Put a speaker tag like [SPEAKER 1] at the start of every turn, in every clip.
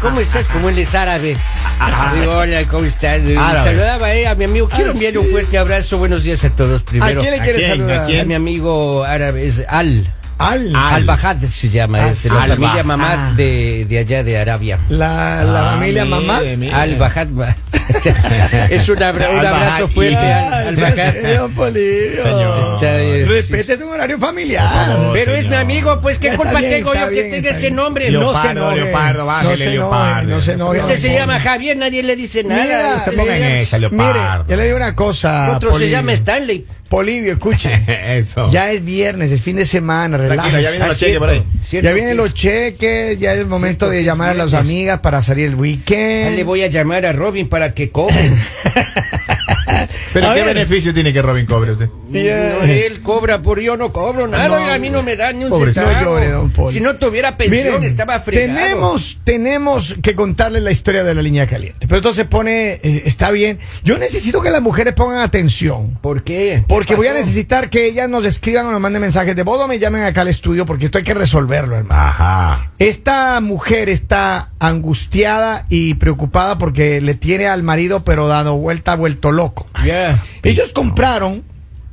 [SPEAKER 1] ¿cómo estás? Como él es árabe. Digo, hola, ¿cómo estás? Y
[SPEAKER 2] Árabe.
[SPEAKER 1] saludaba eh, a mi amigo. Quiero
[SPEAKER 3] Ah,
[SPEAKER 1] enviar
[SPEAKER 3] sí.
[SPEAKER 1] un fuerte abrazo. Buenos días a todos primero.
[SPEAKER 3] ¿A quién le quieres
[SPEAKER 2] quién?
[SPEAKER 3] saludar?
[SPEAKER 2] ¿A
[SPEAKER 1] A mi amigo árabe es Al.
[SPEAKER 3] Al.
[SPEAKER 2] Ah, Al.
[SPEAKER 1] Al-Bajad se llama,
[SPEAKER 3] Ah,
[SPEAKER 1] es
[SPEAKER 3] sí.
[SPEAKER 1] la
[SPEAKER 2] Al-Ba-
[SPEAKER 1] familia mamá
[SPEAKER 2] ah.
[SPEAKER 1] de, de allá de Arabia.
[SPEAKER 3] La, la familia mamá.
[SPEAKER 1] Al-Bajad. va- es un, abra- un
[SPEAKER 2] Al-Bajad
[SPEAKER 1] abrazo
[SPEAKER 2] y-
[SPEAKER 1] fuerte,
[SPEAKER 3] Ay,
[SPEAKER 1] Al-Bajad.
[SPEAKER 3] Ah, señor Polibio.
[SPEAKER 2] Señor.
[SPEAKER 1] Está bien,
[SPEAKER 3] Respete tu horario familiar.
[SPEAKER 2] favor.
[SPEAKER 1] Pero
[SPEAKER 2] señor.
[SPEAKER 1] es mi amigo, pues qué
[SPEAKER 3] Ya
[SPEAKER 1] culpa
[SPEAKER 3] está bien,
[SPEAKER 1] tengo
[SPEAKER 3] está
[SPEAKER 1] yo que
[SPEAKER 3] bien,
[SPEAKER 1] tenga
[SPEAKER 3] está
[SPEAKER 1] ese
[SPEAKER 3] bien.
[SPEAKER 1] nombre.
[SPEAKER 3] No
[SPEAKER 2] Leopardo,
[SPEAKER 3] se enoje,
[SPEAKER 2] Leopardo, bájele,
[SPEAKER 3] no se enoje,
[SPEAKER 2] Leopardo.
[SPEAKER 3] No se enoje.
[SPEAKER 1] Este se
[SPEAKER 3] Leopoldo.
[SPEAKER 1] llama Javier, nadie le dice nada.
[SPEAKER 3] Mira,
[SPEAKER 1] Este
[SPEAKER 3] se
[SPEAKER 1] se
[SPEAKER 3] pongan Ah,
[SPEAKER 1] llama-
[SPEAKER 2] ese, Leopardo.
[SPEAKER 3] Mire, yo le digo una cosa.
[SPEAKER 1] otro se
[SPEAKER 3] Polibio.
[SPEAKER 1] llama Stanley.
[SPEAKER 3] Polibio, escuche.
[SPEAKER 2] Eso.
[SPEAKER 3] Ya es viernes, es fin de semana,
[SPEAKER 2] Tranquilo, ya
[SPEAKER 3] relájese.
[SPEAKER 2] viene la cheque por ahí.
[SPEAKER 3] Ya vienen los cheques, ya es el momento
[SPEAKER 1] Cierto
[SPEAKER 3] de
[SPEAKER 1] que
[SPEAKER 3] llamar a
[SPEAKER 1] es
[SPEAKER 3] las
[SPEAKER 1] viernes.
[SPEAKER 3] amigas para salir
[SPEAKER 1] Ya
[SPEAKER 3] el
[SPEAKER 1] Ah, le
[SPEAKER 3] weekend.
[SPEAKER 1] voy a llamar a Robin para que cobre.
[SPEAKER 2] ¿Pero
[SPEAKER 3] A
[SPEAKER 2] qué
[SPEAKER 3] ver.
[SPEAKER 2] beneficio tiene que Robin cobre usted?
[SPEAKER 1] No, él cobra por yo no cobro nada,
[SPEAKER 3] Ah, No,
[SPEAKER 1] oiga, a mí no me dan ni un
[SPEAKER 2] pobrecito.
[SPEAKER 1] centavo.
[SPEAKER 3] No llore, don Poli.
[SPEAKER 1] si no tuviera pensión
[SPEAKER 3] Miren,
[SPEAKER 1] estaba fregado.
[SPEAKER 3] tenemos, tenemos que contarles la historia de la línea caliente. Pero entonces pone, eh, está bien. Yo necesito que las mujeres pongan atención.
[SPEAKER 1] ¿Por qué?
[SPEAKER 3] Porque
[SPEAKER 1] ¿Qué
[SPEAKER 3] voy a
[SPEAKER 1] pasó?
[SPEAKER 3] necesitar que ellas nos escriban o nos manden mensajes de voz o me llamen acá al estudio porque esto hay que resolverlo, hermano.
[SPEAKER 2] Ajá.
[SPEAKER 3] Esta mujer está angustiada y preocupada porque le tiene al marido, pero dado vuelta, vuelto loco.
[SPEAKER 1] Ya.
[SPEAKER 3] Ellos compraron,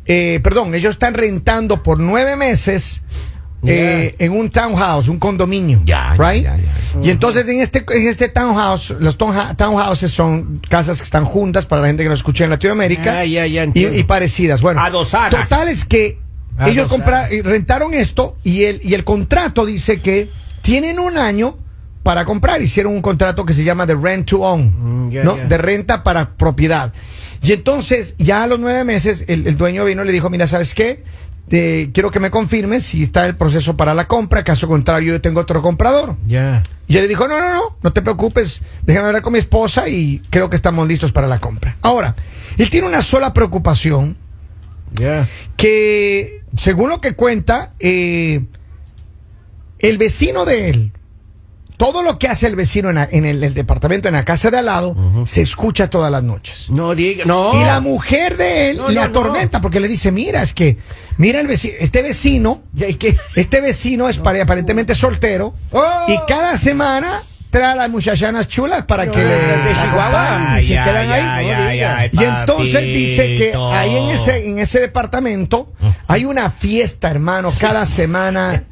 [SPEAKER 3] eh, perdón, ellos están rentando por nueve meses eh, en un townhouse, un condominio.
[SPEAKER 2] Ya, ya,
[SPEAKER 3] right?
[SPEAKER 2] ya, ya.
[SPEAKER 3] Y entonces en este, en este townhouse, los townha- townhouses son casas que están juntas para la gente que nos escucha en Latinoamérica.
[SPEAKER 1] Ah, ya, ya,
[SPEAKER 3] y,
[SPEAKER 1] entiendo.
[SPEAKER 3] y parecidas. Bueno,
[SPEAKER 2] Adosadas.
[SPEAKER 3] total es que ellos
[SPEAKER 1] Adosadas.
[SPEAKER 3] compra- eh, rentaron esto y el, y el contrato dice que tienen un año para comprar. Hicieron un contrato que se llama de rent to own,
[SPEAKER 1] Mm, ya,
[SPEAKER 3] ¿no?
[SPEAKER 1] ya.
[SPEAKER 3] De renta para propiedad. Y entonces, ya a los nueve meses, el, el dueño vino y le dijo, mira, ¿sabes qué? Te- quiero que me confirmes si está el proceso para la compra, caso contrario yo tengo otro comprador.
[SPEAKER 1] Ya.
[SPEAKER 3] Y él le dijo, no, no, no, no te preocupes, déjame hablar con mi esposa y creo que estamos listos para la compra. Ahora, él tiene una sola preocupación,
[SPEAKER 1] Ya.
[SPEAKER 3] que según lo que cuenta, eh, el vecino de él, todo lo que hace el vecino en, la- en el, el departamento, en la casa de al lado, se escucha todas las noches.
[SPEAKER 1] No diga, no.
[SPEAKER 3] Y la mujer de él
[SPEAKER 1] Oh. No,
[SPEAKER 3] le
[SPEAKER 1] no, no.
[SPEAKER 3] atormenta porque le dice, mira, es que, mira el vecino, este vecino,
[SPEAKER 1] Ya, ¿y qué?
[SPEAKER 3] este vecino es pare- aparentemente soltero
[SPEAKER 1] Oh.
[SPEAKER 3] y cada semana trae a las muchachanas chulas para que
[SPEAKER 1] Ah,
[SPEAKER 3] le
[SPEAKER 1] las de Chihuahua.
[SPEAKER 3] acompañen y se quedan ahí.
[SPEAKER 1] ay, ay, ay,
[SPEAKER 3] Y entonces dice que ahí en ese, en ese departamento hay una fiesta, hermano, cada semana.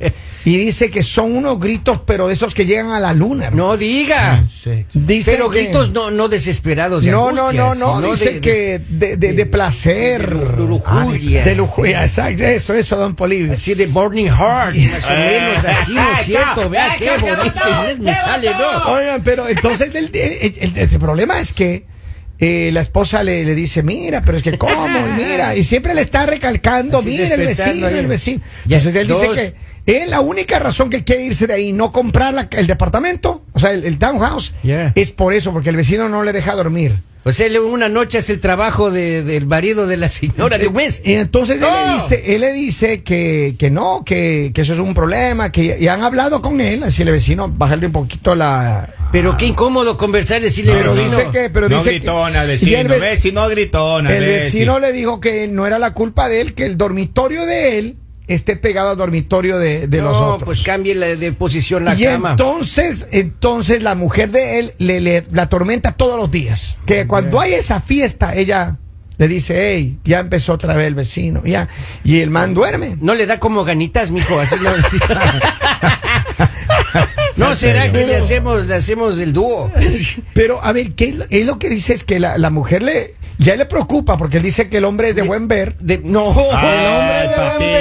[SPEAKER 3] Y dice que son unos gritos, pero de esos que llegan a la luna. hermano.
[SPEAKER 1] No diga.
[SPEAKER 3] Dice
[SPEAKER 1] Pero
[SPEAKER 3] que-
[SPEAKER 1] gritos no, no desesperados. de
[SPEAKER 3] No, no, no,
[SPEAKER 1] angustias,
[SPEAKER 3] no,
[SPEAKER 1] sino
[SPEAKER 3] dice
[SPEAKER 1] de-
[SPEAKER 3] que de, de- de placer. Ah,
[SPEAKER 1] de lu- lujurias.
[SPEAKER 3] De lujuria, exacto. Eso, eso, don Polibio.
[SPEAKER 1] Así de Burning Heart, más o menos, así, ¿no es cierto? Vea qué bonito inglés me sale, ¿no?
[SPEAKER 3] Oigan, pero entonces el, el- el- el problema es que eh, la esposa le, le dice, mira, pero es que cómo, mira, y siempre le está recalcando,
[SPEAKER 1] Así
[SPEAKER 3] mira el
[SPEAKER 1] despertando
[SPEAKER 3] vecino,
[SPEAKER 1] ahí.
[SPEAKER 3] el vecino.
[SPEAKER 1] Ya,
[SPEAKER 3] Entonces él
[SPEAKER 1] dos.
[SPEAKER 3] dice que es la única razón que quiere irse de ahí, no comprar la- el departamento, o sea, el, el townhouse,
[SPEAKER 1] Ya.
[SPEAKER 3] es por eso, porque el vecino no le deja dormir.
[SPEAKER 1] O sea, le- una noche es el trabajo de- del marido de la señora de un mes.
[SPEAKER 3] Y entonces él
[SPEAKER 1] ¡No!
[SPEAKER 3] le dice, él le dice que, que no, que, que eso es un problema, que y han hablado con él, así el vecino, bajarle un poquito la,
[SPEAKER 1] Pero qué incómodo conversar, decirle
[SPEAKER 3] Pero
[SPEAKER 1] vecino.
[SPEAKER 3] dice que- pero
[SPEAKER 2] no
[SPEAKER 3] dice que-
[SPEAKER 2] gritona,
[SPEAKER 3] y el
[SPEAKER 2] vecino,
[SPEAKER 3] ve-
[SPEAKER 2] vecino gritona.
[SPEAKER 3] El
[SPEAKER 2] Bessi.
[SPEAKER 3] vecino le dijo que no era la culpa de él, que el dormitorio de él esté pegado al dormitorio de, de
[SPEAKER 1] no,
[SPEAKER 3] los otros.
[SPEAKER 1] pues cambie la de posición la
[SPEAKER 3] y
[SPEAKER 1] cama.
[SPEAKER 3] entonces, entonces la mujer de él le, le- la atormenta todos los días. Que cuando hay esa fiesta, ella le dice, hey, ya empezó otra vez el vecino, ya. Y el man duerme.
[SPEAKER 1] No le da como ganitas, mijo, así no. no será que le hacemos, le hacemos el dúo.
[SPEAKER 3] Pero, a ver, ¿qué es lo- es lo que dice? Es que la, la mujer le, ya le preocupa porque él dice que el hombre es de buen ver.
[SPEAKER 1] De- no,
[SPEAKER 2] Ay,
[SPEAKER 3] El hombre de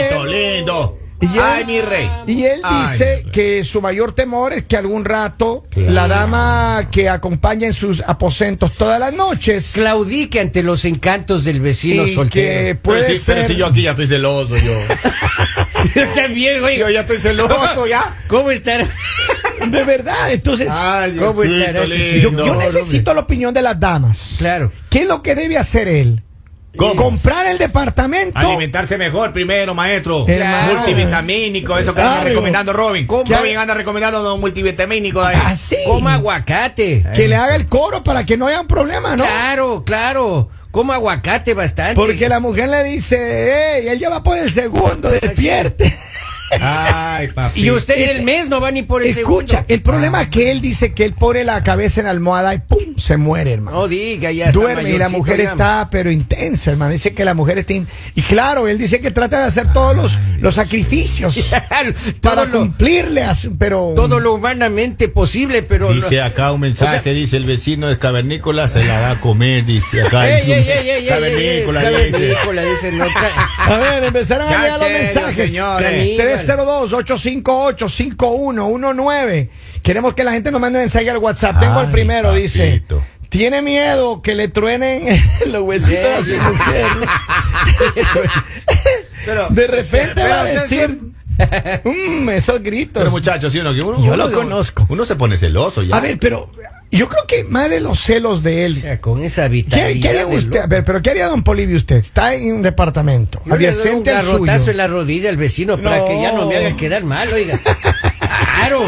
[SPEAKER 2] papito
[SPEAKER 3] hombre.
[SPEAKER 2] lindo.
[SPEAKER 3] Y él-
[SPEAKER 2] Ay, mi rey.
[SPEAKER 3] Y él
[SPEAKER 2] Ay, mi
[SPEAKER 3] dice
[SPEAKER 2] rey.
[SPEAKER 3] que su mayor temor es que algún rato
[SPEAKER 2] Claro.
[SPEAKER 3] la dama que acompaña en sus aposentos todas las noches
[SPEAKER 1] claudique ante los encantos del vecino
[SPEAKER 3] y que
[SPEAKER 1] soltero.
[SPEAKER 3] puede
[SPEAKER 2] pero, si,
[SPEAKER 3] ser
[SPEAKER 2] pero si yo aquí ya estoy celoso, yo.
[SPEAKER 1] Yo también, güey.
[SPEAKER 2] yo ya estoy celoso, ya.
[SPEAKER 1] ¿Cómo estará?
[SPEAKER 3] de verdad, entonces
[SPEAKER 2] Ay,
[SPEAKER 1] ¿Cómo
[SPEAKER 2] Diosito
[SPEAKER 1] estará ese
[SPEAKER 2] lindo.
[SPEAKER 3] yo,
[SPEAKER 1] no,
[SPEAKER 3] yo
[SPEAKER 1] no,
[SPEAKER 3] necesito la opinión de las damas.
[SPEAKER 1] Claro.
[SPEAKER 3] ¿Qué es lo que debe hacer él?
[SPEAKER 2] ¿Cómo?
[SPEAKER 3] Comprar el departamento.
[SPEAKER 2] Alimentarse mejor primero, maestro.
[SPEAKER 3] Claro.
[SPEAKER 2] Multivitamínico, eso que anda
[SPEAKER 3] Claro.
[SPEAKER 2] recomendando Robin.
[SPEAKER 1] ¿Cómo?
[SPEAKER 2] Robin anda recomendando los multivitamínicos ahí.
[SPEAKER 3] Así.
[SPEAKER 1] Coma aguacate.
[SPEAKER 3] Que le haga el coro para que no haya un problema, ¿no?
[SPEAKER 1] Claro, claro. Coma aguacate bastante.
[SPEAKER 3] Porque la mujer le dice, hey, él ya va por el segundo, despierte.
[SPEAKER 2] Ay, papi.
[SPEAKER 1] Y usted en el mes no va ni por el
[SPEAKER 3] Eh, Escucha,
[SPEAKER 1] segundo. Ah.
[SPEAKER 3] el problema es que él dice que él pone la cabeza en la almohada y ¡pum! se muere, hermano.
[SPEAKER 1] No diga, ya está
[SPEAKER 3] Duerme y la
[SPEAKER 1] mayorcito,
[SPEAKER 3] mujer
[SPEAKER 1] ya.
[SPEAKER 3] está, pero intensa, hermano. Dice que la mujer está. in- Y claro, él dice que trata de hacer todos los, los sacrificios
[SPEAKER 1] todo,
[SPEAKER 3] para
[SPEAKER 1] lo,
[SPEAKER 3] cumplirle, a su- pero.
[SPEAKER 1] todo lo humanamente posible, pero...
[SPEAKER 4] Dice
[SPEAKER 1] no-
[SPEAKER 4] acá un mensaje,
[SPEAKER 1] O sea-
[SPEAKER 4] dice el vecino de cavernícola se la va a comer, dice acá.
[SPEAKER 1] ¡Ey, ey, ey, ey, ey, ey!
[SPEAKER 4] Cavernícola,
[SPEAKER 1] ey,
[SPEAKER 4] dice.
[SPEAKER 1] cavernícola, dice, no tra-
[SPEAKER 3] A ver, empezaron a
[SPEAKER 2] Ya
[SPEAKER 3] llegar los
[SPEAKER 2] en serio,
[SPEAKER 3] mensajes.
[SPEAKER 2] señores.
[SPEAKER 1] Caníbal.
[SPEAKER 3] 302-858-5119. Queremos que la gente nos mande mensaje al WhatsApp. Tengo el
[SPEAKER 4] Ay,
[SPEAKER 3] primero,
[SPEAKER 4] papito.
[SPEAKER 3] dice. Tiene miedo que le truenen los huesitos a su
[SPEAKER 1] Sí.
[SPEAKER 3] mujer.
[SPEAKER 2] Pero,
[SPEAKER 3] De repente va a
[SPEAKER 2] Pero usted
[SPEAKER 3] decir, "Mm, esos gritos.
[SPEAKER 4] Pero muchachos, ¿sí o no? Que uno,
[SPEAKER 3] Yo lo
[SPEAKER 4] uno-
[SPEAKER 3] conozco.
[SPEAKER 4] Uno se pone celoso ya.
[SPEAKER 3] a ver, pero yo creo que más de los celos de
[SPEAKER 1] O
[SPEAKER 3] él.
[SPEAKER 1] sea, con esa vitalidad...
[SPEAKER 3] ¿Qué, qué haría
[SPEAKER 1] del
[SPEAKER 3] usted? A ver, pero ¿qué haría don Polivio usted? Está en un departamento.
[SPEAKER 1] Yo le doy un
[SPEAKER 3] adyacente al
[SPEAKER 1] garrotazo
[SPEAKER 3] suyo.
[SPEAKER 1] en la rodilla al vecino para
[SPEAKER 3] No.
[SPEAKER 1] que ya no me haga quedar mal, oiga. Claro,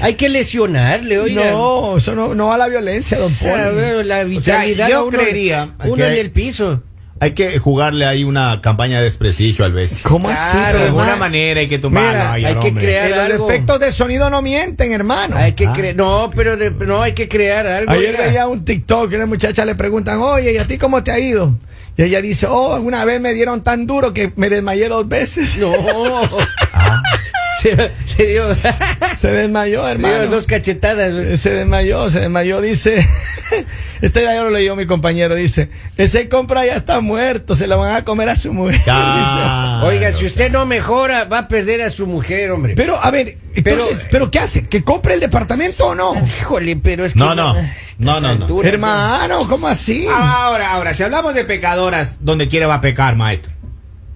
[SPEAKER 1] hay que lesionarle, oiga.
[SPEAKER 3] No, eso no, no va a la violencia, don
[SPEAKER 1] O sea,
[SPEAKER 3] Poli.
[SPEAKER 1] bueno, la vitalidad
[SPEAKER 2] yo
[SPEAKER 1] a uno,
[SPEAKER 2] creería
[SPEAKER 1] uno
[SPEAKER 4] que-
[SPEAKER 1] en el piso.
[SPEAKER 4] Hay que jugarle ahí una campaña de desprestigio al vecino.
[SPEAKER 3] ¿Cómo
[SPEAKER 1] Claro,
[SPEAKER 3] así?
[SPEAKER 2] de alguna
[SPEAKER 3] hermano?
[SPEAKER 2] manera hay que tomarlo.
[SPEAKER 3] Mira,
[SPEAKER 2] ay,
[SPEAKER 1] hay que
[SPEAKER 2] hombre.
[SPEAKER 1] crear-
[SPEAKER 3] Eh, Los
[SPEAKER 1] algo.
[SPEAKER 3] efectos de sonido no mienten, hermano.
[SPEAKER 1] Hay que
[SPEAKER 4] Ah.
[SPEAKER 1] cre- no, pero de- no hay que crear algo.
[SPEAKER 3] Ayer
[SPEAKER 1] oiga.
[SPEAKER 3] veía un TikTok y una muchacha le preguntan, oye, ¿y a ti cómo te ha ido? Y ella dice, oh, alguna vez me dieron tan duro que me desmayé dos veces.
[SPEAKER 1] No. Se, se dio, se
[SPEAKER 3] Se desmayó, hermano.
[SPEAKER 1] dio dos
[SPEAKER 3] Eh,
[SPEAKER 1] cachetadas.
[SPEAKER 3] Se desmayó, se desmayó, dice. Este ya lo leyó mi compañero, dice. Ese compra ya está muerto, se la van a comer a su mujer. dice.
[SPEAKER 4] Ya.
[SPEAKER 1] Oiga, si usted no mejora, va a perder a su mujer, hombre.
[SPEAKER 3] Pero, a ver, entonces,
[SPEAKER 1] Pero-
[SPEAKER 3] pero, ¿qué hace? ¿Que compre el departamento o no?
[SPEAKER 1] Híjole, pero es que.
[SPEAKER 4] No, no. No, no, no.
[SPEAKER 1] Altura,
[SPEAKER 3] Hermano, ¿cómo así?
[SPEAKER 1] Ah,
[SPEAKER 2] Ahora, ahora, si hablamos de pecadoras, donde quiera va a pecar, maestro.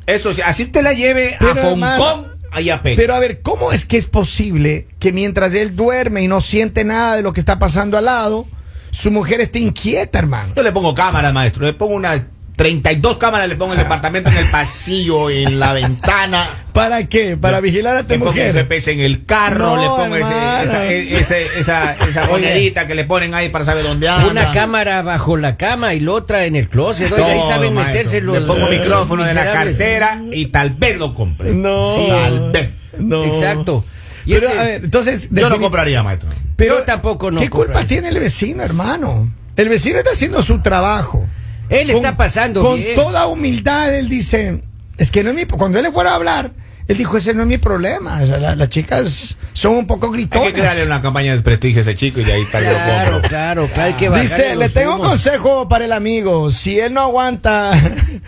[SPEAKER 2] Eso, sí, así te la lleve
[SPEAKER 3] Pero,
[SPEAKER 2] a Hong
[SPEAKER 3] hermano,
[SPEAKER 2] Kong, ahí a pecar.
[SPEAKER 3] Pero a ver, ¿cómo es que es posible que mientras él duerme y no siente nada de lo que está pasando al lado, su mujer esté inquieta, hermano?
[SPEAKER 2] Yo le pongo cámaras, maestro. Le pongo unas 32 cámaras, le pongo
[SPEAKER 1] Ah.
[SPEAKER 2] en el departamento, en el pasillo, en la ventana.
[SPEAKER 3] ¿Para qué? Para vigilar
[SPEAKER 1] Este
[SPEAKER 3] a tu
[SPEAKER 2] Le pongo un
[SPEAKER 3] mujer.
[SPEAKER 2] GPS en el carro,
[SPEAKER 3] No,
[SPEAKER 2] le pongo ese-
[SPEAKER 3] hermano.
[SPEAKER 2] esa, e- ese- esa, esa monedita que le ponen ahí para saber dónde anda.
[SPEAKER 1] Una cámara bajo la cama y la otra en el closet. Oiga, ahí
[SPEAKER 2] Todo,
[SPEAKER 1] saben
[SPEAKER 2] maestro.
[SPEAKER 1] meterse los.
[SPEAKER 2] Le pongo
[SPEAKER 1] los
[SPEAKER 2] micrófono de la
[SPEAKER 1] miserables.
[SPEAKER 2] cartera y tal vez lo compre.
[SPEAKER 3] No.
[SPEAKER 1] Sí.
[SPEAKER 2] Tal vez.
[SPEAKER 3] No.
[SPEAKER 1] Exacto. Y
[SPEAKER 3] Pero,
[SPEAKER 1] ese-
[SPEAKER 3] a ver, entonces.
[SPEAKER 2] Yo lo
[SPEAKER 3] defini-
[SPEAKER 2] compraría, maestro.
[SPEAKER 3] Pero,
[SPEAKER 1] Yo tampoco no
[SPEAKER 3] ¿Qué culpa
[SPEAKER 1] compraría.
[SPEAKER 3] tiene el vecino, hermano? El vecino está haciendo su trabajo.
[SPEAKER 1] Él
[SPEAKER 3] Con-
[SPEAKER 1] está pasando
[SPEAKER 3] Con
[SPEAKER 1] bien.
[SPEAKER 3] toda humildad, él dice: Es que no es mi. Cuando él le fuera a hablar, él dijo: Ese no es mi problema. O sea, la- las chicas son un poco
[SPEAKER 2] Hay
[SPEAKER 3] gritonas.
[SPEAKER 2] que crearle una campaña de desprestigio a ese chico y de ahí tal vez lo
[SPEAKER 1] Claro,
[SPEAKER 2] compro.
[SPEAKER 1] claro, claro, hay que bajarle
[SPEAKER 3] Dice, le
[SPEAKER 1] los
[SPEAKER 3] tengo un
[SPEAKER 1] humos.
[SPEAKER 3] consejo para el amigo. Si él no aguanta,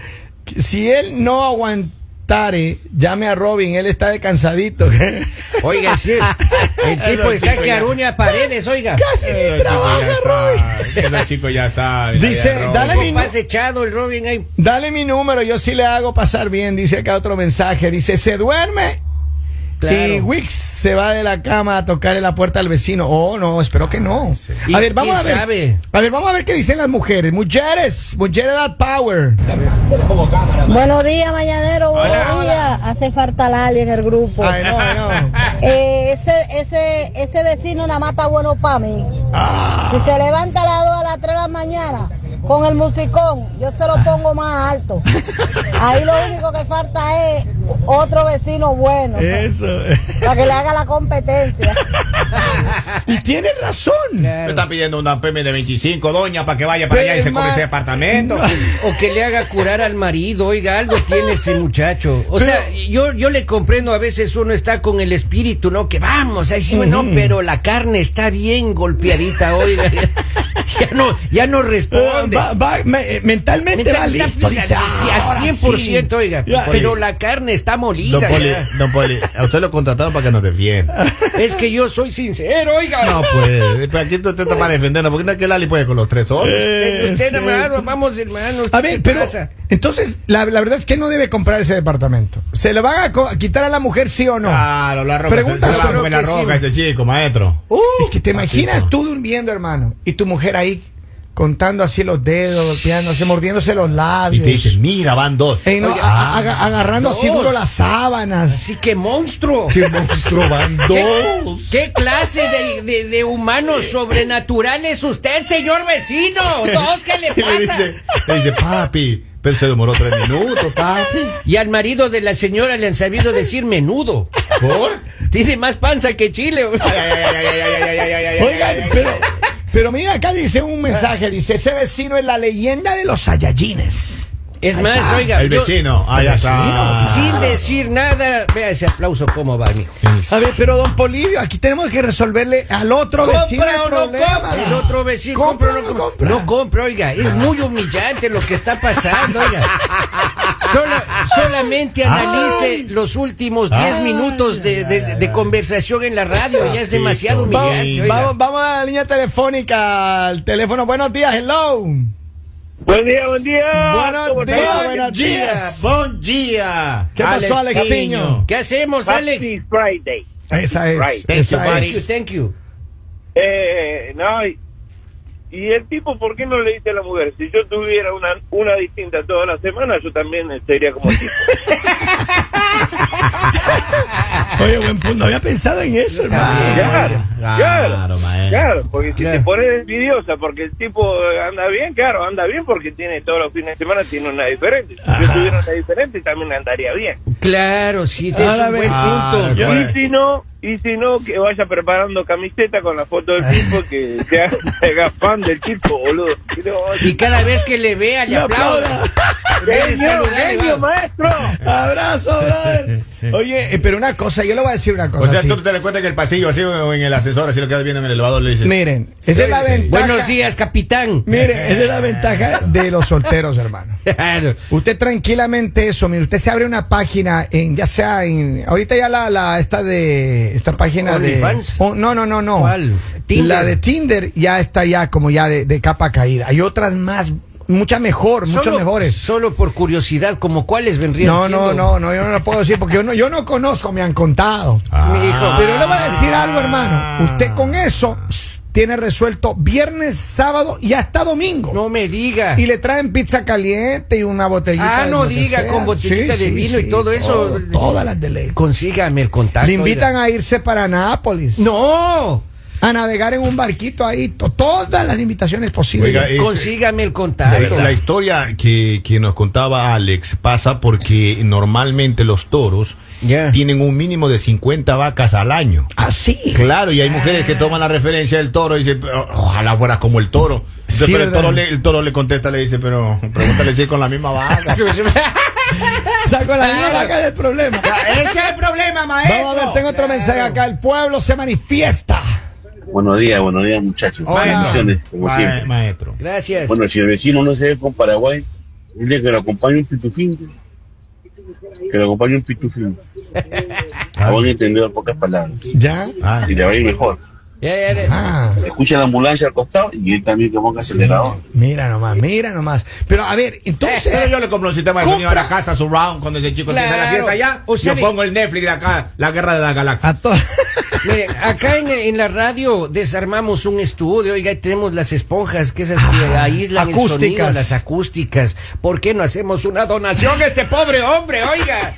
[SPEAKER 3] si él no aguantare, llame a Robin, él está de cansadito.
[SPEAKER 1] Oiga, sí, el tipo
[SPEAKER 2] Los
[SPEAKER 1] está
[SPEAKER 2] chicos
[SPEAKER 1] que
[SPEAKER 2] ya.
[SPEAKER 1] aruña paredes, oiga.
[SPEAKER 3] Casi ni trabaja, Robin.
[SPEAKER 2] Los chicos ya saben.
[SPEAKER 3] Dice,
[SPEAKER 2] Ahí a Robin.
[SPEAKER 3] dale mi
[SPEAKER 1] Con más echado el Robin ahí.
[SPEAKER 3] Dale mi número, yo sí le hago pasar bien, dice acá otro mensaje. Dice, se duerme y
[SPEAKER 1] Claro.
[SPEAKER 3] Wix se va de la cama a tocarle la puerta al vecino. Oh, no, espero que no.
[SPEAKER 1] Ah, ¿Y
[SPEAKER 3] A ver, vamos
[SPEAKER 1] quién
[SPEAKER 3] a ver.
[SPEAKER 1] sabe?
[SPEAKER 3] A ver, vamos a ver qué dicen las mujeres. Mujeres, mujeres al power.
[SPEAKER 5] Buenos días, Mañanero. Buenos días. Hace falta Lali en el grupo.
[SPEAKER 3] Ay, no, ay, no.
[SPEAKER 5] Eh, ese, ese, ese vecino nada más está bueno para mí.
[SPEAKER 3] Ah.
[SPEAKER 5] Si se levanta a las 2 a las 3 de la mañana con el musicón, yo se lo pongo más alto. Ahí lo único que falta es otro vecino bueno
[SPEAKER 3] Eso.
[SPEAKER 5] para que le haga la competencia.
[SPEAKER 3] y tiene razón.
[SPEAKER 2] Me
[SPEAKER 1] claro.
[SPEAKER 2] están pidiendo una PM de 25, doña, para que vaya para
[SPEAKER 3] Pero,
[SPEAKER 2] allá y se
[SPEAKER 3] hermano,
[SPEAKER 2] come ese apartamento.
[SPEAKER 1] O que le haga curar al marido, oiga, algo tiene ese muchacho. O sea, yo, yo le comprendo, a veces uno está con el espíritu, ¿no? Que vamos, ahí sí, bueno, pero la carne está bien golpeadita, oiga. Ya no, ya no responde.
[SPEAKER 3] Ah, Va- va- me- eh, mentalmente va
[SPEAKER 1] Mentalmente está
[SPEAKER 3] listo. dice, "Ah,
[SPEAKER 1] al
[SPEAKER 3] "Ahora
[SPEAKER 1] 100%,
[SPEAKER 3] sí".
[SPEAKER 1] oiga,
[SPEAKER 3] Ya,
[SPEAKER 1] pero
[SPEAKER 3] eh,
[SPEAKER 1] la carne está molida.
[SPEAKER 4] Don Poli,
[SPEAKER 1] ya.
[SPEAKER 4] don Poli, a usted lo contrataron para que nos defienda.
[SPEAKER 1] Es que yo soy sincero, oiga.
[SPEAKER 4] No, pues, ¿para quién tú te estás para defendernos? ¿Por qué no que Lali puede con los tres solos?
[SPEAKER 1] Usted, usted,
[SPEAKER 3] eh, sí.
[SPEAKER 1] hermano, vamos, hermano.
[SPEAKER 3] A
[SPEAKER 1] ¿qué
[SPEAKER 3] ver,
[SPEAKER 1] te
[SPEAKER 3] pero
[SPEAKER 1] pasa?
[SPEAKER 3] entonces la, la verdad es que no debe comprar ese departamento. ¿Se lo van a co- a quitar a la mujer sí o no?
[SPEAKER 1] Ah,
[SPEAKER 2] Claro, la roca.
[SPEAKER 3] Pregunta
[SPEAKER 2] se, se va a
[SPEAKER 3] solo
[SPEAKER 2] comer la
[SPEAKER 1] que sí,
[SPEAKER 2] roca
[SPEAKER 1] güey.
[SPEAKER 2] ese chico, maestro.
[SPEAKER 3] Uh, es que te imaginas tú durmiendo, hermano, y tu mujer ahí contando así los dedos, golpeándose, mordiéndose los
[SPEAKER 4] Y
[SPEAKER 3] labios.
[SPEAKER 4] te dicen, mira, van dos.
[SPEAKER 3] Ey, no,
[SPEAKER 1] Oye, ah,
[SPEAKER 3] a- a- aga- agarrando así
[SPEAKER 1] Dios.
[SPEAKER 3] duro las sábanas.
[SPEAKER 1] Así que monstruo.
[SPEAKER 4] ¡Qué monstruo van
[SPEAKER 1] ¿Qué, qué clase de, de- de
[SPEAKER 2] Eh.
[SPEAKER 1] humanos sobrenaturales usted, señor vecino? ¿Dos qué le
[SPEAKER 4] Y le
[SPEAKER 1] pasa?
[SPEAKER 4] dice, le dice, papi, pero se demoró tres minutos, papi.
[SPEAKER 1] Y al marido de la señora le han sabido decir menudo.
[SPEAKER 2] ¿Por?
[SPEAKER 1] Tiene más panza que Chile. güey.
[SPEAKER 2] Ay, ay, ay, ay, ay, ay, ay, ay, ay, ay,
[SPEAKER 3] Oigan,
[SPEAKER 2] ay, ay,
[SPEAKER 3] pero, pero mira, acá dice un mensaje, dice, ese vecino es la leyenda de los Saiyajines.
[SPEAKER 1] Es más, oiga.
[SPEAKER 2] El
[SPEAKER 1] yo-
[SPEAKER 2] vecino. Ah, ya está.
[SPEAKER 1] Sin decir nada, vea ese aplauso cómo va, mijo.
[SPEAKER 3] A ver, pero don Polivio, aquí tenemos que resolverle al otro vecino el
[SPEAKER 2] o no
[SPEAKER 3] problema.
[SPEAKER 2] compra?
[SPEAKER 1] El otro vecino
[SPEAKER 3] ¿Compra
[SPEAKER 1] compra,
[SPEAKER 3] o
[SPEAKER 1] no
[SPEAKER 3] no
[SPEAKER 1] compra.
[SPEAKER 3] compra?
[SPEAKER 1] No compra, oiga. Es muy humillante lo que está pasando, oiga. Sola- solamente analice los últimos 10 minutos de, de- de conversación en la radio. Ya es demasiado
[SPEAKER 3] Vamos,
[SPEAKER 1] humillante, oiga.
[SPEAKER 3] vamos, vamos a la línea telefónica, al teléfono. Buenos días, hello.
[SPEAKER 6] Buen día, buen día. ¿Cómo
[SPEAKER 3] Buenos días,
[SPEAKER 6] estás?
[SPEAKER 3] Ah, buenos días.
[SPEAKER 2] Buen día.
[SPEAKER 3] ¿Qué pasó, Alexiño?
[SPEAKER 1] ¿Qué hacemos, Alex?
[SPEAKER 6] Happy Friday.
[SPEAKER 3] Esa es.
[SPEAKER 6] Right.
[SPEAKER 2] Thank you,
[SPEAKER 3] esa es.
[SPEAKER 1] Thank you, thank you.
[SPEAKER 6] Eh, no, y, y el tipo, ¿por qué no le dice a la mujer? Si yo tuviera una, una distinta toda la semana, yo también sería como tipo.
[SPEAKER 3] Oye, buen punto. No había pensado en eso, hermano.
[SPEAKER 6] Claro,
[SPEAKER 2] Claro,
[SPEAKER 6] claro,
[SPEAKER 2] maestro.
[SPEAKER 6] claro, porque si
[SPEAKER 1] Claro.
[SPEAKER 6] te pones envidiosa porque el tipo anda bien, claro, anda bien porque tiene todos los fines de semana tiene una diferente. Si yo tuviera una diferente también andaría bien.
[SPEAKER 1] Claro, sí, es
[SPEAKER 3] Ahora
[SPEAKER 1] un
[SPEAKER 3] ve-
[SPEAKER 1] buen punto.
[SPEAKER 2] Claro,
[SPEAKER 6] Y si no, y si no, que vaya preparando camiseta con la foto del tipo, que sea, se haga fan del tipo, boludo. Y le vamos a
[SPEAKER 1] Y
[SPEAKER 6] decir,
[SPEAKER 1] cada vez que le vea, le aplauda. En vez de
[SPEAKER 6] "Genio,
[SPEAKER 1] saludarle,
[SPEAKER 6] genio,
[SPEAKER 1] va.
[SPEAKER 6] maestro!
[SPEAKER 3] Abrazo, brother. Oye, eh, pero una cosa, yo le voy a decir una
[SPEAKER 2] O
[SPEAKER 3] cosa.
[SPEAKER 2] sea,
[SPEAKER 3] sí.
[SPEAKER 2] Pues tú te das cuenta que el pasillo así o en el ascensor, así lo quedas viendo en el elevador, le dices.
[SPEAKER 3] Miren, esa es la
[SPEAKER 2] Sí, sí.
[SPEAKER 3] ventaja.
[SPEAKER 1] Buenos días, capitán.
[SPEAKER 3] Miren, esa es la ventaja de los solteros, hermano.
[SPEAKER 1] Claro.
[SPEAKER 3] Usted tranquilamente eso, mire, usted se abre una página en, ya sea en, ahorita ya la, la esta de, esta página de,
[SPEAKER 1] OnlyFans.
[SPEAKER 3] Oh, no, no, no, no,
[SPEAKER 1] ¿Cuál? Tinder.
[SPEAKER 3] la de Tinder ya está ya como ya de, de capa caída, hay otras más, muchas mejor, muchas
[SPEAKER 1] Solo-
[SPEAKER 3] mejores.
[SPEAKER 1] Solo por curiosidad, como cuáles vendrían
[SPEAKER 3] No,
[SPEAKER 1] siendo?
[SPEAKER 3] no, no, no, yo no lo puedo decir porque yo no, yo no conozco, me han contado.
[SPEAKER 2] "Ah,
[SPEAKER 1] Mi hijo.
[SPEAKER 3] Pero yo le voy a decir algo, hermano, usted con eso pss, tiene resuelto viernes, sábado y hasta domingo.
[SPEAKER 1] No me diga.
[SPEAKER 3] Y le traen pizza caliente y una botellita.
[SPEAKER 1] Ah,
[SPEAKER 3] de
[SPEAKER 1] no
[SPEAKER 3] lo que
[SPEAKER 1] diga,
[SPEAKER 3] sea.
[SPEAKER 1] con botellita de vino y todo eso.
[SPEAKER 3] todo, Oh, todas las de ley.
[SPEAKER 1] Consígame el contacto.
[SPEAKER 3] Le invitan a irse para Nápoles.
[SPEAKER 1] oiga. ¡No!
[SPEAKER 3] A navegar en un barquito ahí. to- todas las invitaciones posibles.
[SPEAKER 2] Oiga, eh,
[SPEAKER 1] Consígame el
[SPEAKER 2] La-
[SPEAKER 1] contacto.
[SPEAKER 2] La historia que, que nos contaba Alex pasa porque normalmente los toros
[SPEAKER 1] Ya.
[SPEAKER 2] tienen un mínimo de 50 vacas al año.
[SPEAKER 3] Así.
[SPEAKER 2] Claro, y hay mujeres que toman la referencia del toro y dicen, "Pero, ojalá fueras como el toro. Entonces,
[SPEAKER 3] Sí,
[SPEAKER 2] pero el
[SPEAKER 3] ¿verdad?
[SPEAKER 2] toro, le, el toro le contesta, le dice, pero pregúntale si es con la misma vaca.
[SPEAKER 3] Saco la misma vaca del problema.
[SPEAKER 2] Ese es el problema,
[SPEAKER 3] Vamos a ver, tengo otro mensaje acá. El pueblo se manifiesta.
[SPEAKER 7] Buenos días, buenos días muchachos.
[SPEAKER 3] Hola.
[SPEAKER 7] Bendiciones, como
[SPEAKER 2] Ma-
[SPEAKER 7] siempre.
[SPEAKER 2] maestro.
[SPEAKER 1] Gracias.
[SPEAKER 7] Bueno, si el vecino no se ve con Paraguay, dile que lo acompañe un pitufín. Que lo acompañe un pitufín. A buen entender pocas palabras.
[SPEAKER 3] ¿Ya?
[SPEAKER 2] Ah,
[SPEAKER 7] Y le va a ir mejor.
[SPEAKER 1] Ya, ya, ya.
[SPEAKER 3] Ah.
[SPEAKER 7] Escucha la ambulancia al costado y él también que ponga acelerador.
[SPEAKER 3] Mira nomás, mira nomás. Pero a ver,
[SPEAKER 2] Pero
[SPEAKER 3] entonces.
[SPEAKER 2] yo le compro un sistema de sonido a la
[SPEAKER 3] Compra.
[SPEAKER 2] casa surround cuando ese chico empieza la
[SPEAKER 1] Claro.
[SPEAKER 2] fiesta allá.
[SPEAKER 1] O sea,
[SPEAKER 2] yo
[SPEAKER 1] mi-
[SPEAKER 2] pongo el Netflix de acá, la guerra de la galaxia.
[SPEAKER 3] A todas.
[SPEAKER 1] Mire, acá en, en la radio desarmamos un estudio, oiga, y tenemos las esponjas, que esas que aíslan
[SPEAKER 3] Ah, acústicas.
[SPEAKER 1] el sonido, las acústicas. ¿Por qué no hacemos una donación a este pobre hombre, oiga?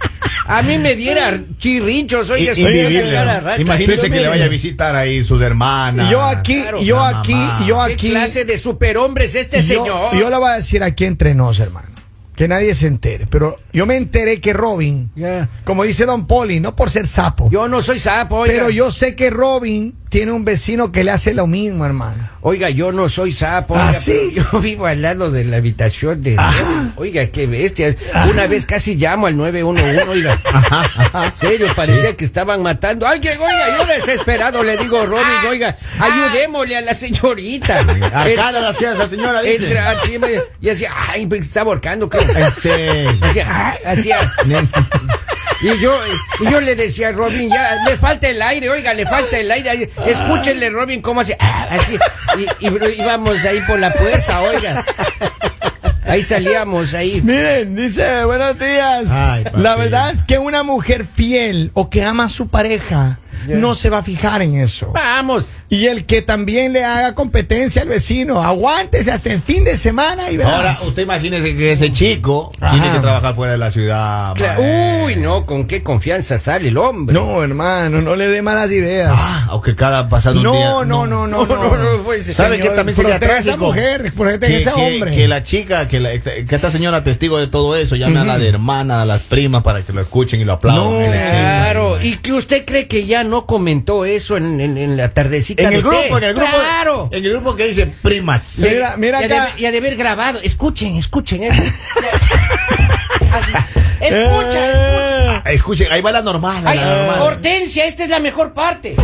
[SPEAKER 1] A mí me diera chirrinchos,
[SPEAKER 3] Ah,
[SPEAKER 1] oiga,
[SPEAKER 2] I-
[SPEAKER 1] estoy
[SPEAKER 2] invivible,
[SPEAKER 1] cara
[SPEAKER 2] ¿no?
[SPEAKER 1] racha.
[SPEAKER 2] Imagínese
[SPEAKER 3] Pero
[SPEAKER 2] que le
[SPEAKER 3] mire.
[SPEAKER 2] vaya a visitar ahí sus hermanas.
[SPEAKER 3] Yo aquí,
[SPEAKER 1] Claro.
[SPEAKER 3] yo
[SPEAKER 2] La
[SPEAKER 3] aquí,
[SPEAKER 2] mamá.
[SPEAKER 3] yo
[SPEAKER 1] ¿Qué
[SPEAKER 3] aquí.
[SPEAKER 1] clase de superhombre es este
[SPEAKER 3] yo,
[SPEAKER 1] señor?
[SPEAKER 3] yo lo voy a decir aquí entre nos, hermano. Que nadie se entere. Pero yo me enteré que Robin,
[SPEAKER 1] Ya.
[SPEAKER 3] como dice Don Poli, no por ser sapo,
[SPEAKER 1] Yo no soy sapo, oiga.
[SPEAKER 3] pero yo sé que Robin tiene un vecino que le hace lo mismo, hermano.
[SPEAKER 1] Oiga, yo no soy sapo.
[SPEAKER 3] ¿Ah,
[SPEAKER 1] oiga,
[SPEAKER 3] sí?
[SPEAKER 1] pero Yo vivo al lado de la habitación de. Oiga, qué bestia. Una vez casi llamo al 911, oiga. En serio, parecía que estaban matando a alguien. Oiga, yo desesperado le digo, Robin, oiga, ayudémosle a la señorita.
[SPEAKER 2] Acá
[SPEAKER 3] eh,
[SPEAKER 2] la hacía esa señora, dice.
[SPEAKER 1] Entra así, me- y hacía, ay, me está ahorcando, creo.
[SPEAKER 2] En serio.
[SPEAKER 1] Hacía, "Ay", hacía. Y yo, y yo le decía a Robin, ya, le falta el aire, oiga, le falta el aire. Escúchenle, Robin, cómo hace. ah, Así. Y, y íbamos ahí por la puerta, oiga. Ahí salíamos, ahí.
[SPEAKER 3] Miren, dice, buenos días.
[SPEAKER 2] Ay, papi.
[SPEAKER 3] la verdad es que una mujer fiel o que ama a su pareja
[SPEAKER 1] Ya.
[SPEAKER 3] no se va a fijar en eso.
[SPEAKER 1] Vamos,
[SPEAKER 3] Y el que también le haga competencia al vecino, aguántese hasta el fin de semana y verá.
[SPEAKER 2] Ahora, usted imagínese que ese chico
[SPEAKER 3] Ajá.
[SPEAKER 2] tiene que trabajar fuera de la ciudad.
[SPEAKER 1] Cla-
[SPEAKER 2] maestro.
[SPEAKER 1] Uy, no, con qué confianza sale el hombre.
[SPEAKER 3] no, hermano, no le dé malas ideas.
[SPEAKER 2] Ah, aunque cada pasado un día.
[SPEAKER 3] no, no, no, no, no,
[SPEAKER 1] no, no, pues,
[SPEAKER 2] ¿Sabe qué
[SPEAKER 3] señor,
[SPEAKER 2] también sería
[SPEAKER 3] proteja a esa
[SPEAKER 2] trágico?
[SPEAKER 3] mujer, proteja a ese hombre.
[SPEAKER 2] que la chica, que, la- que esta señora testigo de todo eso, llame a la de hermana, a las primas para que lo escuchen y lo aplaudan.
[SPEAKER 3] No,
[SPEAKER 2] en la chica.
[SPEAKER 1] Claro, y que usted cree que ya no comentó eso en, en- en la tardecita
[SPEAKER 2] En
[SPEAKER 1] de
[SPEAKER 2] el
[SPEAKER 1] té.
[SPEAKER 2] grupo, en el grupo.
[SPEAKER 1] Claro.
[SPEAKER 2] En el grupo que dice primas.
[SPEAKER 1] Sí,
[SPEAKER 3] Mira, mira
[SPEAKER 1] y ha de-
[SPEAKER 3] acá.
[SPEAKER 1] y ha de haber grabado. Escuchen, escuchen. eh. Así.
[SPEAKER 3] Eh,
[SPEAKER 1] Escucha, escucha.
[SPEAKER 2] Ah, Escuchen, ahí va la normal.
[SPEAKER 1] Ay,
[SPEAKER 2] la normal.
[SPEAKER 1] Hortensia, esta es la mejor parte.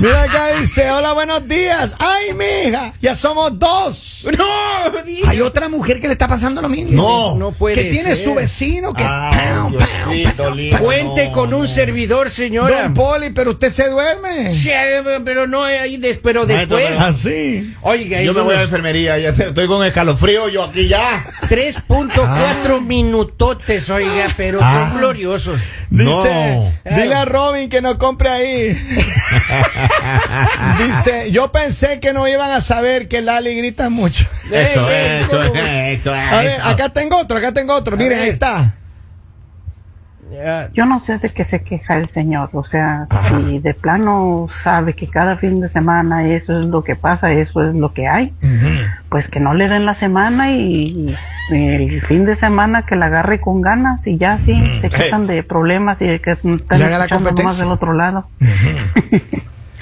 [SPEAKER 3] Mira acá dice, hola, buenos días. Ay, mija, ya somos dos.
[SPEAKER 1] No, di-
[SPEAKER 3] Hay otra mujer que le está pasando lo mismo.
[SPEAKER 2] No. Ah,
[SPEAKER 1] No puede
[SPEAKER 3] Que tiene
[SPEAKER 1] ser.
[SPEAKER 3] su vecino que...
[SPEAKER 2] Ay,
[SPEAKER 3] ¡pam,
[SPEAKER 2] Diosito
[SPEAKER 3] pam, pam!
[SPEAKER 2] lindo,
[SPEAKER 1] Cuente
[SPEAKER 2] no,
[SPEAKER 1] con un
[SPEAKER 2] no.
[SPEAKER 1] servidor, señora.
[SPEAKER 3] Don Poli, pero usted se duerme.
[SPEAKER 1] Sí, eh, pero no ahí, des- pero
[SPEAKER 2] Maestro,
[SPEAKER 1] después.
[SPEAKER 2] ¿verdad?
[SPEAKER 3] Así.
[SPEAKER 1] Oiga, hay
[SPEAKER 2] Yo me voy a la
[SPEAKER 1] unos
[SPEAKER 2] enfermería, ya te- estoy con escalofrío, yo aquí ya.
[SPEAKER 1] 3.4
[SPEAKER 2] Ah.
[SPEAKER 1] minutotes, oiga, pero son gloriosos.
[SPEAKER 3] Dice,
[SPEAKER 1] No.
[SPEAKER 3] dile a Robin que no compre ahí. Dice, yo pensé que no iban a saber que Lali grita mucho.
[SPEAKER 2] Eso,
[SPEAKER 1] Ey, ey,
[SPEAKER 2] eso,
[SPEAKER 1] no, no.
[SPEAKER 2] eso,
[SPEAKER 3] A ver,
[SPEAKER 2] eso.
[SPEAKER 3] acá tengo otro, acá tengo otro. Miren, ahí
[SPEAKER 1] ver.
[SPEAKER 3] está.
[SPEAKER 1] Ya,
[SPEAKER 8] Yo no sé de qué se queja el señor, o sea, si de plano sabe que cada fin de semana eso es lo que pasa, eso es lo que hay, pues que no le den la semana y, y el fin de semana que la agarre con ganas y ya sí, se quitan de problemas y de que están
[SPEAKER 3] Le haga la
[SPEAKER 8] escuchando nomás
[SPEAKER 3] competencia.
[SPEAKER 8] del otro lado.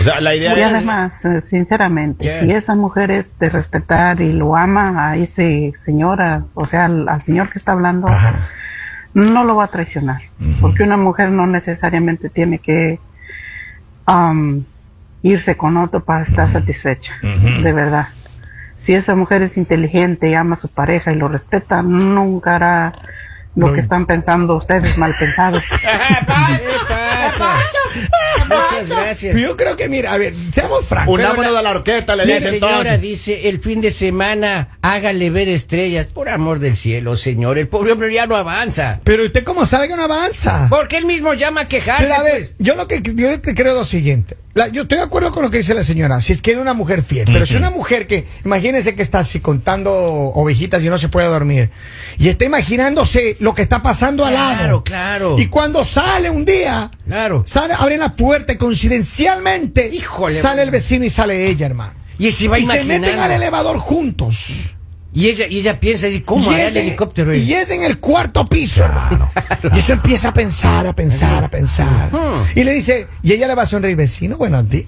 [SPEAKER 2] O sea, la
[SPEAKER 8] Y
[SPEAKER 2] idea es.
[SPEAKER 8] además, eh, sinceramente,
[SPEAKER 1] Yeah.
[SPEAKER 8] si esa mujer es de respetar y lo ama a ese señor, a- o sea, al, al señor que está hablando, no lo va a traicionar. Porque una mujer no necesariamente tiene que am, irse con otro para estar satisfecha, de verdad. Si esa mujer es inteligente y ama a su pareja y lo respeta, nunca hará lo que están pensando ustedes mal pensados.
[SPEAKER 1] ¿Qué pasa? Muchas gracias.
[SPEAKER 3] Pues Yo creo que, mira, a ver, seamos francos.
[SPEAKER 2] Unámonos de la orquesta, le
[SPEAKER 1] La
[SPEAKER 2] dicen
[SPEAKER 1] señora
[SPEAKER 2] entonces.
[SPEAKER 1] dice, el fin de semana hágale ver estrellas, por amor del cielo, señor. El pobre hombre ya no avanza.
[SPEAKER 3] Pero usted cómo sabe que no avanza.
[SPEAKER 1] Porque él mismo llama a quejarse,
[SPEAKER 3] Pero a ver,
[SPEAKER 1] pues.
[SPEAKER 3] yo lo que yo que creo es lo siguiente. La- yo estoy de acuerdo con lo que dice la señora, si es que es una mujer fiel, pero si una mujer que, imagínense que está así contando ovejitas y no se puede dormir, y está imaginándose lo que está pasando al lado.
[SPEAKER 1] Claro, claro.
[SPEAKER 3] Y cuando sale un día,
[SPEAKER 1] Claro.
[SPEAKER 3] sale, abre la puerta y coincidencialmente
[SPEAKER 1] Híjole,
[SPEAKER 3] sale el
[SPEAKER 1] bueno.
[SPEAKER 3] vecino y sale ella, hermano.
[SPEAKER 1] Y se va
[SPEAKER 3] y se meten al
[SPEAKER 1] imaginando.
[SPEAKER 3] elevador juntos.
[SPEAKER 1] Y ella, y ella piensa, así, ¿cómo
[SPEAKER 3] Y
[SPEAKER 1] hará el
[SPEAKER 3] es en-
[SPEAKER 1] helicóptero?
[SPEAKER 3] Y es en el cuarto piso, hermano. Y eso empieza a pensar, a pensar, a pensar.
[SPEAKER 1] Ujú.
[SPEAKER 3] Y le dice, y ella le va a sonreír, vecino, bueno, ti.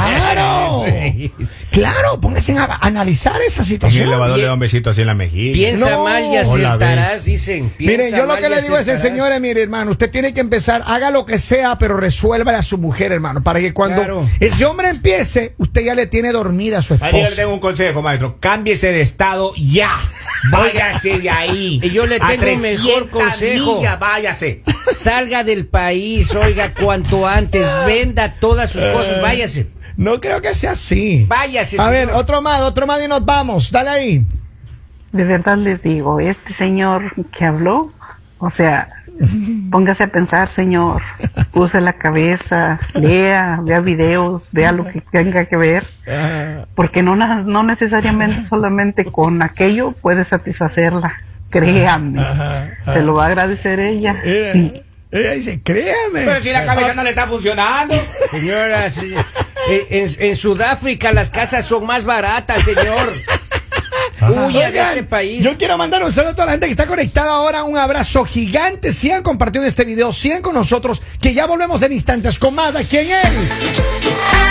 [SPEAKER 3] ¡Claro!
[SPEAKER 1] Sí.
[SPEAKER 3] Claro, pónganse a analizar esa
[SPEAKER 2] En el
[SPEAKER 3] situación.
[SPEAKER 2] elevador
[SPEAKER 1] Bien.
[SPEAKER 2] le da un besito así en la mejilla.
[SPEAKER 1] Piensa
[SPEAKER 3] No.
[SPEAKER 1] mal y
[SPEAKER 2] O la
[SPEAKER 1] acertarás,
[SPEAKER 2] ves.
[SPEAKER 1] dicen. Piensa
[SPEAKER 3] Miren, yo lo
[SPEAKER 1] mal
[SPEAKER 3] que
[SPEAKER 1] y
[SPEAKER 3] le digo es,
[SPEAKER 1] acertarás.
[SPEAKER 3] señores, mire, hermano, usted tiene que empezar, haga lo que sea, pero resuélvale a su mujer, hermano, para que cuando
[SPEAKER 1] Claro.
[SPEAKER 3] ese hombre empiece, usted ya le tiene dormida a su
[SPEAKER 2] Ahí le
[SPEAKER 3] esposa.
[SPEAKER 2] tengo un consejo, maestro. Cámbiese de estado ya. Váyase de ahí.
[SPEAKER 1] Y yo le
[SPEAKER 2] A
[SPEAKER 1] tengo un mejor
[SPEAKER 2] 300
[SPEAKER 1] consejo.
[SPEAKER 2] millas, váyase.
[SPEAKER 1] Salga del país, oiga, cuanto antes, venda todas sus cosas, váyase.
[SPEAKER 3] No creo que sea así.
[SPEAKER 1] Váyase,
[SPEAKER 3] A ver,
[SPEAKER 1] señor.
[SPEAKER 3] otro más, otro más y nos vamos. Dale ahí.
[SPEAKER 8] De verdad les digo, este señor que habló, o sea, póngase a pensar, señor, use la cabeza, lea, vea videos, vea lo que tenga que ver,
[SPEAKER 1] Ah.
[SPEAKER 8] porque no, na- no necesariamente solamente con aquello puede satisfacerla, créanme, se lo va a agradecer ella. Sí.
[SPEAKER 3] Ella dice, créame.
[SPEAKER 2] Pero si la cabeza no le está funcionando.
[SPEAKER 1] Señora, sí, eh, en, en Sudáfrica las casas son más baratas, señor. Huya de
[SPEAKER 3] Oigan,
[SPEAKER 1] este país.
[SPEAKER 3] Yo quiero mandar un saludo a toda la gente que está conectada ahora. Un abrazo gigante. Sigan compartiendo este video. Sigan con nosotros. Que ya volvemos en instantes con más aquí en él.